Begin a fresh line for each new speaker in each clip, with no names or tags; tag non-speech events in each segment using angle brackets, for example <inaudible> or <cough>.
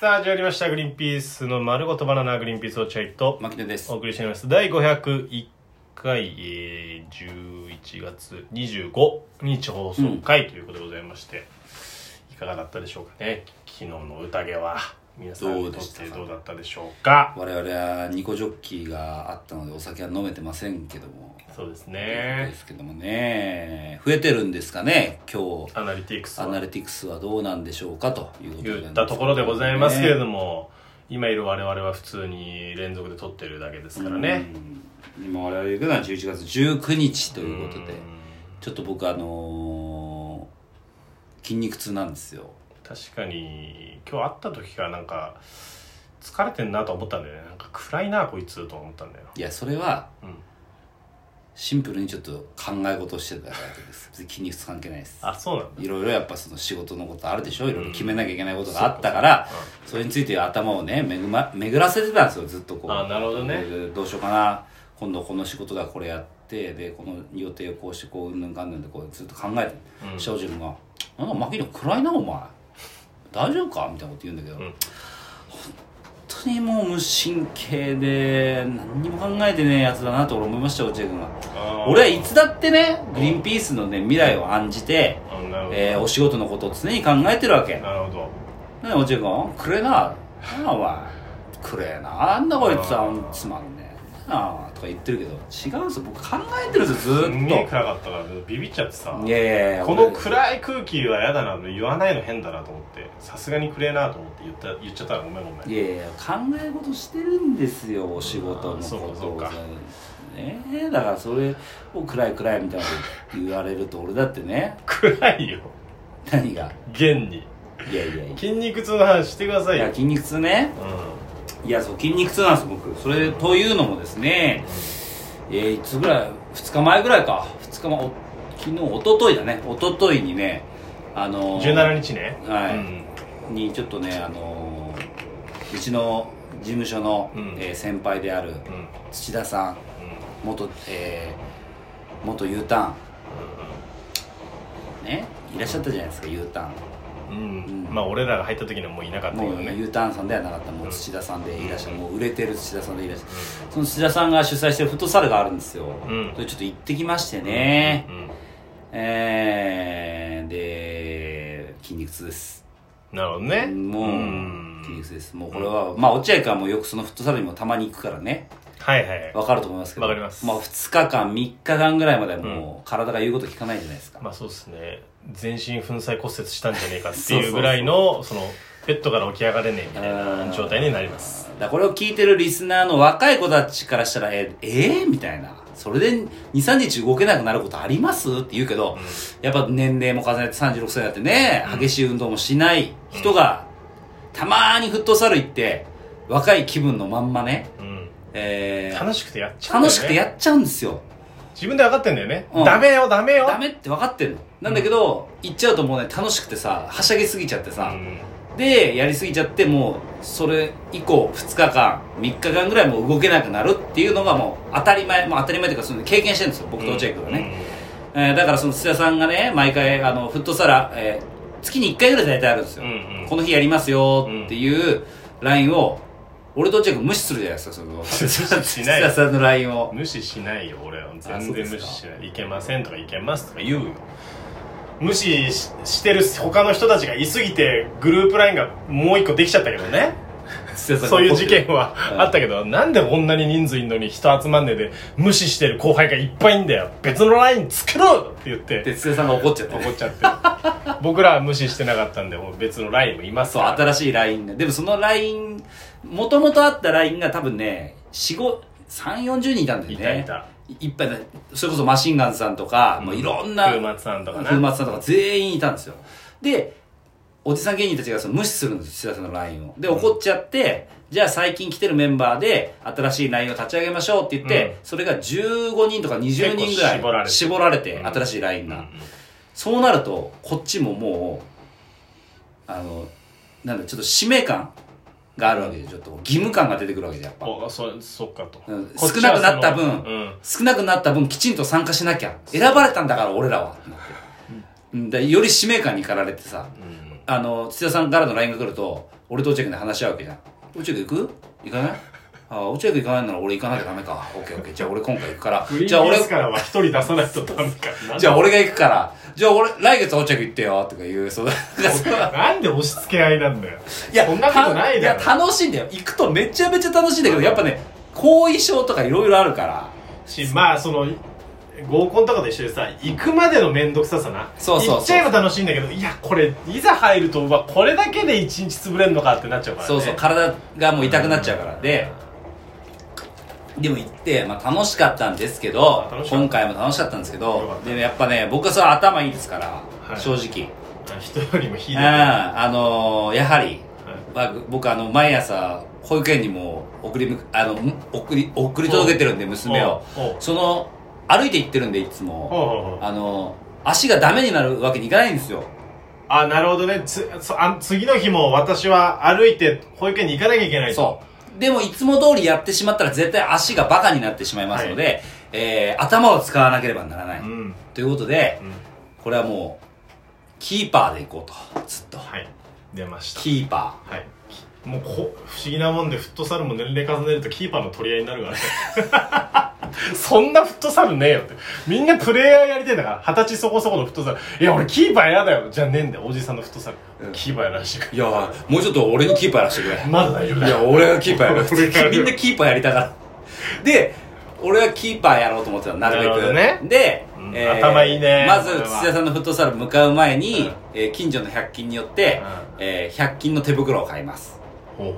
さあ始まりました「グリーンピースの丸ごとバナナグリーンピースお茶い」と
牧野です
お送りしています第501回、えー、11月25日放送回ということでございまして、いかがだったでしょうかね昨日の宴は皆さん
ど
に
う
と
で
っ
した
て
か
どうだったでしょうか
我々はニコジョッキーがあったのでお酒は飲めてませんけども
そうです
で
ね
すけどもね増えてるんですかね今日
アナリティクス
アナ
は
リティクスはどうなんでしょうかということ
言ったところでございますけれども、今いる我々は普通に連続で撮ってるだけですからね、
うん今我々行くのは11月19日ということ
うん
でちょっと僕あのー筋肉痛なんですよ
確かに今日会った時からなんか疲れてんなと思ったんだよねなんか暗いなこいつと思ったんだよ、
いやそれは
うん、
シンプルにちょっと考え事をしてただけです別に筋肉痛関係ないです
あそうなんだ
いろいろやっぱその仕事のことあるでしょいろいろ決めなきゃいけないこと
そう
があったから、それについて頭をね巡,、ま、巡らせてたんですよずっとこう
あなるほどね
どうしようかな今度この仕事だこれやってでこの予定をこうしてこううんぬんかんぬんでこうずっと考えて
うん
翔自分が「なんかマキノ暗いなお前大丈夫か?」みたいなこと言うんだけど、
うん
本当にもう無神経で何にも考えてねえやつだなと俺思いましたよ落合君は。
あー
俺はいつだってねグリーンピースのね未来を案じて、
あなるほど、
えーお仕事のことを常に考えてるわけ。ね
なるほど
え、おちえくん、くれえな。なあ、お前。くれえな。なんだこいつは、つまんねえなあ。とか言ってるけど、違うんですよ。僕考えてるんですよ、ず
すん
ー
げえ
っ
暗かったからビビっちゃってさ
と。いやいやいや、
この
俺
暗い空気は嫌だな言わないの変だなと思ってさすがに暗えなと思って言った言っちゃったらごめんごめん
いやいや、考え事してるんですよ、お仕事のこ
そうかそ
と
う
を
か。
ねえ、だからそれを暗い暗いみたいなこと言われると、俺だってね、
暗いよ
何が。
現に
いやいやい
筋肉痛の話してください
や。い
よ
や、筋肉痛ね。
う
いや、そう、筋肉痛なんです、僕。それというのもですね、えーいつぐらい2日前ぐらいか2日前お昨日一昨日だね一昨日にねあ
ん
のー
17日ね
はい
うん
にちょっとねあのーうちの事務所の、
うん
えー先輩である
うんうんうん
土田さん元えー元 U ターンねいらっしゃったじゃないですか U ターン
うん、まあ俺らが入った時にはもういなかったけ
も
ど
う
ね
U ターンさんではなかったもう土田さんでいらっしゃるもう売れてる土田さんでいらっしゃる
う
その土田さんが主催してるフットサルがあるんですよ、
ん
それちょっと行ってきましてね、
うん
えー、で筋肉痛です
なるほどね
もう、
ん
筋肉痛ですもうこれは、まあ落合君はもうよくそのフットサルにもたまに行くからね
はいはい
わかると思いますけど
わかります
まあ、2日間3日間ぐらいまではもう体が言うこと聞かないじゃないですか、
まあそうですね全身粉砕骨折したんじゃねえかっていうぐらいのそのベッドから起き上がれねえみたいな状態になります
だからこれを聞いてるリスナーの若い子たちからしたら、ええーみたいな。それで23日動けなくなることありますって言うけど、やっぱ年齢も重ねて36歳になってね、
うん
激しい運動もしない人が、たまーにフットサル行って、若い気分のまんまね、
うん
えー
楽しくてやっちゃうんだよ
楽し
ね
くてやっちゃうんですよ。
自分で分かってんだよね
うん
ダメよダメよ
ダメって分かってんの。なんだけど、行っちゃうともうね、楽しくてさ、はしゃぎすぎちゃって
う
さ、
ん
で、やりすぎちゃって、もう、それ以降、2日間、3日間ぐらいもう動けなくなるっていうのがもう、当たり前、もう当たり前というか、その経験してるんですよ、僕と落合君がね。えーだからその土田さんがね、毎回、あの、フットサラ、えー月に1回ぐらい大体あるんです
う
よ。
んうんうん
この日やりますよっていうラインを、俺と落合君無視するじゃないですか、その、
し
土
ない
田さんのラインを。
無視しないよ俺は
あ
全
そうで
然無
すか
視しないいけませんとかいけますとか言うよ無視ししてる他の人たちがいすぎてグループラインがもう一個できちゃったけど
<laughs>
ね
土田さんが
そ
怒
う
って
い
る
う事件は
うん
あったけど、なんでこんなに人数いんのに人集まんねえで無視してる後輩がいっぱいいんだよ別のライン作ろうって言っ
で、
て
土田さんが怒っちゃって。
怒っちゃってる僕らは無視してなかったんでもう別のラインもいます
そう、
から
新しいラインが。でもそのライン、もともとあったラインが多分ね、4、5、3、40人いたんだよね。
いたいた
いっぱいだそれこそマシンガンズさんとか、もういろんな、
風松さんとかな
風松さんとか全員いたんですよ。で、おじさん芸人たちがその無視するんですよ、土田さんのラインを。で、怒っちゃって、じゃあ最近来てるメンバーで、新しいラインを立ち上げましょうって言って、
うん
それが15人とか20人ぐらい
結構絞られて
絞られて、
うん
新しいライン
うん
が。そうなると、こっちももう、あの、なんだ、ちょっと使命感があるわけで、ちょっと義務感が出てくるわけで、やっぱ。
おそそっかと、
うん
こっち
少な
は
くなった
その
分
うん
少なくなった分、きちんと参加しなきゃ。選ばれたんだから、俺らは。ってなってうんだより使命感に駆られてさ、
うん
あの、土屋さんからの LINE が来ると、俺と落合君で話し合うわけじゃん。落合君行く行かないああ、落合君行かないなら俺行かなきゃダメか。オッケーオッケー。じゃあ俺今回行くから。
グリ
じゃあ
ーンピ
俺
ース、からは一人出さないとダメか。
じゃあ俺が行くから。じゃあ俺、来月落合君行ってよ。とか言う、そう、なんかそう
あ、なんで押し付け合いなんだよ。
いや、
そんなことないだろ。
いや、楽しいんだよ。行くとめちゃめちゃ楽しいんだけど、やっぱね、後遺症とかいろいろあるから。
しまあその合コンとかと一緒でさ行くまでの面倒くささな
そうそうそう
行っちゃえば楽しいんだけどいやこれいざ入るとうわこれだけで一日潰れんのかってなっちゃうからね
そうそう、体がもう痛くなっちゃうから。で、でも行って、まあ楽しかったんですけど
あ楽し、かった
今回も楽しかったんですけ
よか
ど
っ、た
でもやっぱね、僕はそれは頭いいですから、
はい
正直。
人よりもひ
う
い
ん、
てるは
あのーやはり、
い
まあ僕あの、毎朝、保育園にも送りむ、あの、ん送り、送り届けてるんで、娘を
おうおう。
その、歩いて行ってるんで、いつ
ほう
も。
ほうほう
あの、足がダメになるわけにいかないんですよ。
あなるほどねつそあ次の日も私は歩いて保育園に行かなきゃいけないと
そう。でも、いつも通りやってしまったら絶対足がバカになってしまいますので、えー、頭を使わなければならない。
ん
ということで
う、ん
これはもう、キーパーでいこうと。ずっと。
はい出ました
キーパ
はいもうこ不思議なもんでフットサルも年齢重ねるとキーパーの取り合いになるからね <laughs> そんなフットサルねえよってみんなプレイヤーやりてえんだから二十歳そこそこのフットサルいや俺キーパーやだよじゃねえんだよおじさんのフットサル、
うん
キーパーやらしてく
ー。
れ
いや、もうちょっと俺にキーパーやらせてくれ。
まだ大丈夫だ
いや、
よ
俺がキーパーや
<laughs> 俺がや
る。
る
みんなキーパーやりたがる。で、俺はキーパーやろうと思ってたのなるべ
なるほ
く。
どね
で、
うん頭いいね
まず
これは
土屋さんのフットサル向かう前に、
うん
えー近所の100均によって、
う
えー100均の手袋を買います。
ほうほ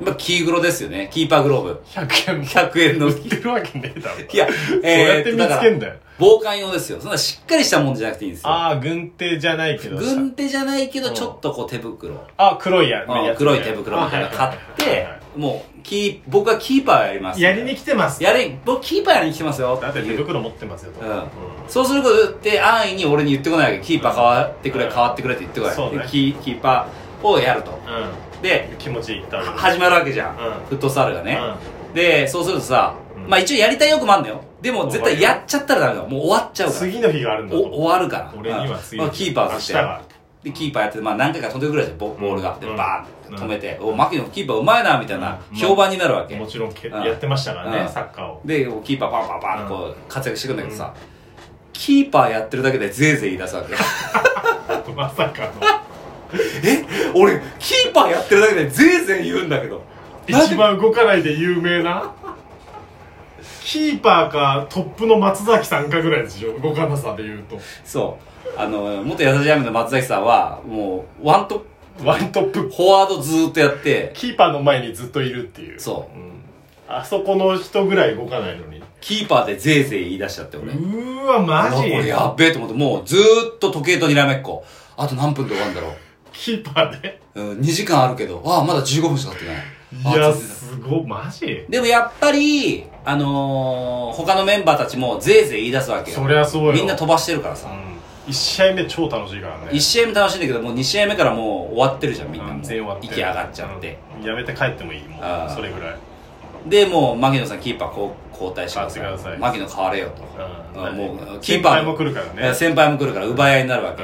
まあ、キーグロですよね。キーパーグローブ。
う100円も
100円の。
売ってるわけねえだろ <laughs>
いや、
そうやって見
だ
つ
から
けんだよ、
防寒用ですよ。そんなしっかりしたもんじゃなくていいんですよ。
ああ軍手じゃないけどさ
軍手じゃないけど、
うん
ちょっとこう手袋。
あ黒いや
うん
やつね
黒い手袋みたいなの買っ
あはいはい
て
はいは、
もう、キー、僕はキーパーやります。
いやりに来てます
やれ、僕キーパーやりに来てますよ
だって
て
手
いう。
袋持ってますよと、
うん
うん
そうすることって安易に俺に言ってこないわけ。キーパー変わってくれ、
うん
変わってくれって言ってこない。
そうね
でキーキーパーをやると。で、
うん気持ちいいってあ
は
る
始まるわけじゃん。
うん
フットサルがね。
うん
で、そうするとさ、
うん
まあ一応やりたい欲もあんだよ。でも絶対やっちゃったらダメだよ。もう終わっちゃうから。
次の日があるんだ
お
と思う
終わるから。
俺には
うん
次
ま
の
あ、
日
キーパーとして
明日がある
で、キーパーやってて、まあ何回か飛んでくるじゃん、ボボールが。で、
うん
バーンって
うん
止めて、お、マキのキーパーうまいな、みたいな、
うん
評判になるわけ。
もちろんけ
うん
やってましたからね、
うん
サッカーを <laughs>
でキーパーバンバンバンってこう活躍してくんだけどさ、キーパーやってるだけでぜいぜい言い出すわけ <laughs>
まさか <laughs> の
え俺キーパーやってるだけでぜいぜい言うんだけどなんで
一番動かないで有名なキーパーかトップの松崎さんかぐらいでしょ動かなさで言うと
そうあの元優しい雨の松崎さんはもうワント
ワントップ
フォワードずーっとやって
キーパーの前にずっといるっていう
そうん
あそこの人ぐらい動かないのに
キーパーでぜいぜい言い出しちゃって
う
俺
ーわマジ
うわこれやっべえと思ってもうずーっと時計とにらめっこあと何分で終わるんだろ
キーパーで
う、うん、2時間あるけどああまだ15分しか経ってない
い
あ
や
全然
すごいマジ
でもやっぱり、あのー他のメンバーたちもぜいぜい言い出すわけよ。
そりゃそうよ
みんな飛ばしてるからさ。
1試合目超楽しいからね
1試合目楽しいんだけど、もう2試合目からもう終わってるじゃん、みんなもう。
完全終わって
息上がっちゃって。、
うんやめて帰ってもいいも
あ
う
ー
それぐらい
で、もう、牧野さん、キーパーこう交代してくだ
代わってくだ
さ
さ
い。
い
牧野変われよと。
うん
あもう、キ
先
ーパー
輩も来るからね
え先輩も来るから奪い合いになるわ
う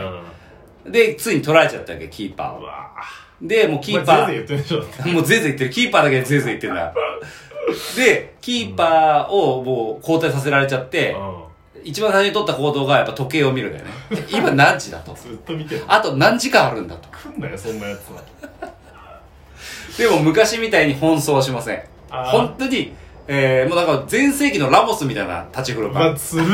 け。
ん
で、ついに取られちゃったわけ、キーパー
う
を。
わ
で、もう
キ
キ
ー
ー
パー
パ
全然言ってるでしょだって
ー、もうぜいぜい言ってる。キーパーだけぜいぜい言ってる
<laughs>
んだ。で、キーパーをもう交代させられちゃって、一番最初に取った行動がやっぱ時計を見るんだよね。 <laughs> 今何時だと。
うんずっと見てる
あと何時間あるんだと。
来んなよそんなやつは
でも昔みたいに奔走はしません。
あー
本当に、えー、もうだから全盛期のラモスみたいな立ち振る
うわ
舞い。
つる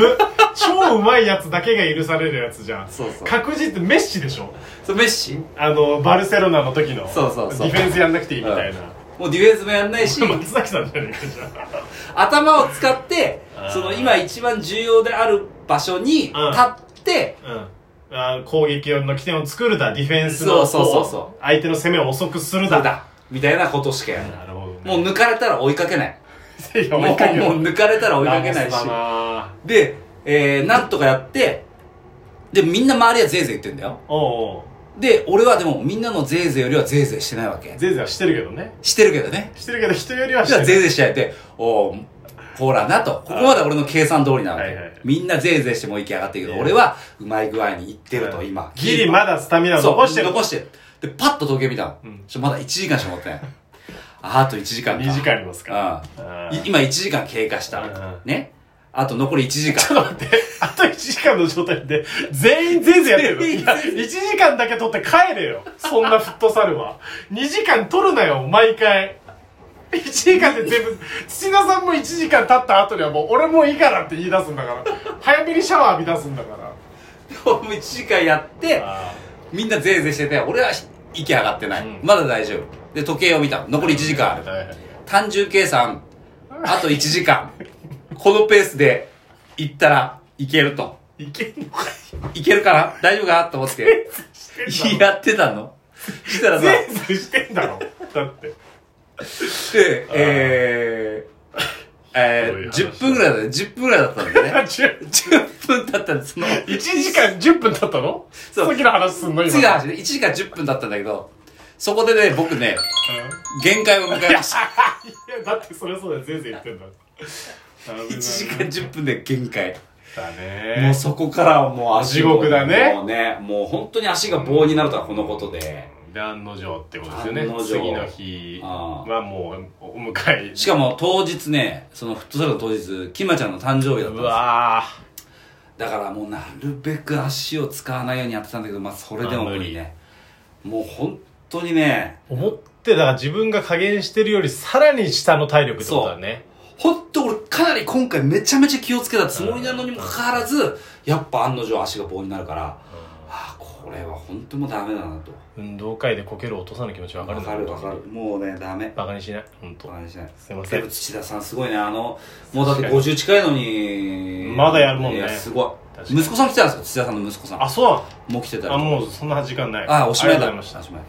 超うまいやつだけが許されるやつじゃん
そうそう
確実メッシでしょ
そう、メッシ
あのバルセロナの時の
そうそうそう
ディフェンスやんなくていいみたいな、
もうディフェンスもやんな
<laughs>
いし、
松崎さんじゃねえかじゃあ
頭を使って
あ、ー
その今一番重要である場所に立って、
うんあー攻撃の起点を作るだディフェンスの
そうそうそうそう
こ相手の攻めを遅くする
そ
だ
うだ、みたいなことしかやらない。
なるほど、ね、
もう抜かれたら追いかけない。
いや
もうも
追
う
いかけ
抜かれたら追いかけないし
ラモス。だな
で、えー、なんとかやって、で、みんな周りはぜいぜい言ってんだよ。
おうお
で、俺はでもみんなのゼーゼーよりはゼーゼーしてないわけ
う。ゼーゼーはしてるけどね
してるけどね。
してるけど人よりはし
じゃあ
て
ゼ
る
ーゼーしてないって、おーほらなと。ここまで俺の計算通りなわけ。
はいはいはい
みんなぜいぜいしてもう行き上がってるけど、
いや
俺はうまい具合に行ってると、今。
ギリまだスタミナを
そう
残してる。
残してる。で、パッと時計見たの。
うん
ちょまだ1時間しか持ってない。ああと1時間か。
2時間ありますか。あ
うん。い
ー
今1時間経過した
うん。
ね。あと残り1時間。
あと1時間の状態で、全員全然やってる。
全員
いや、1時間だけ取って帰れよ。そんなフットサルは。2時間取るなよ、毎回。1時間で全部、土田さんも1時間経った後にはもう、俺もういいからって言い出すんだから。早めにシャワー浴び出すんだから。
<laughs> もう1時間やって、みんなぜいぜいしてて、俺は息上がってない。
うん
まだ大丈夫。で、時計を見たの。残り1時間ある。単純計算、あと1時間。このペースで行ったらいけると。
い。いけんのか
いけるかな大丈夫かなと
<laughs>
思って。
してんだ
やってたの。したら
ろ。
さ、
全部してんだろ。だって。
で、えー、え
どういう
ー、
話だ
10分ぐらいだね。10分ぐらいだったんだよね。
1
10分だったんです。その、
時間10分経ったのさ
そう
っきの話すんの今。
次の話ね。1時間10分だったんだけど、そこでね、僕ね、限界を迎えました。
いや、だってそれそうだよ、全然言って
<laughs>
んだ。
1時間10分で限界。
だ
もう
ね。
そこからはもう
地
足を
獄だね
もうね、もう本当に足が棒になるとはこのことで。
で、案の定ってことですよね
案の。定
次の日はもう、お迎え。
しかも当日ね、そのフットサルの当日、きまちゃんの誕
う
生日だったんですよ
わ
だからもうなるべく足を使わないようにやってたんだけど、まあそれでも無理ね。もう本当にね、
ぁ。思って、だから自分が加減してるよりさらに下の体力ってことだね。
本当俺かなり今回めちゃめちゃ気をつけたつもりなのにもかかわらず、やっぱ案の定足が棒になるから、ああ、これは本当もうダメだなと。
運動会でこける落とさない気持ちわかる
わ
ん
か
だ
るわかる。。もうね、ダメ。
バカにしない。ほんと
バ。カにしない。
すいませ
でも
ん。
土田さんすごいね、あの、もうだっ
確
て
かに
50近いのに。
まだやるもんね
いや、すご
確か
い。
に
息子さん来てたんですよ、土田さんの息子さん。
あ、そう
もう来てた
な
り
のあ、
とか
もうそんな時間ない。
あ、おしまい
あ
だ。
りがとうございま
お
し
しまい。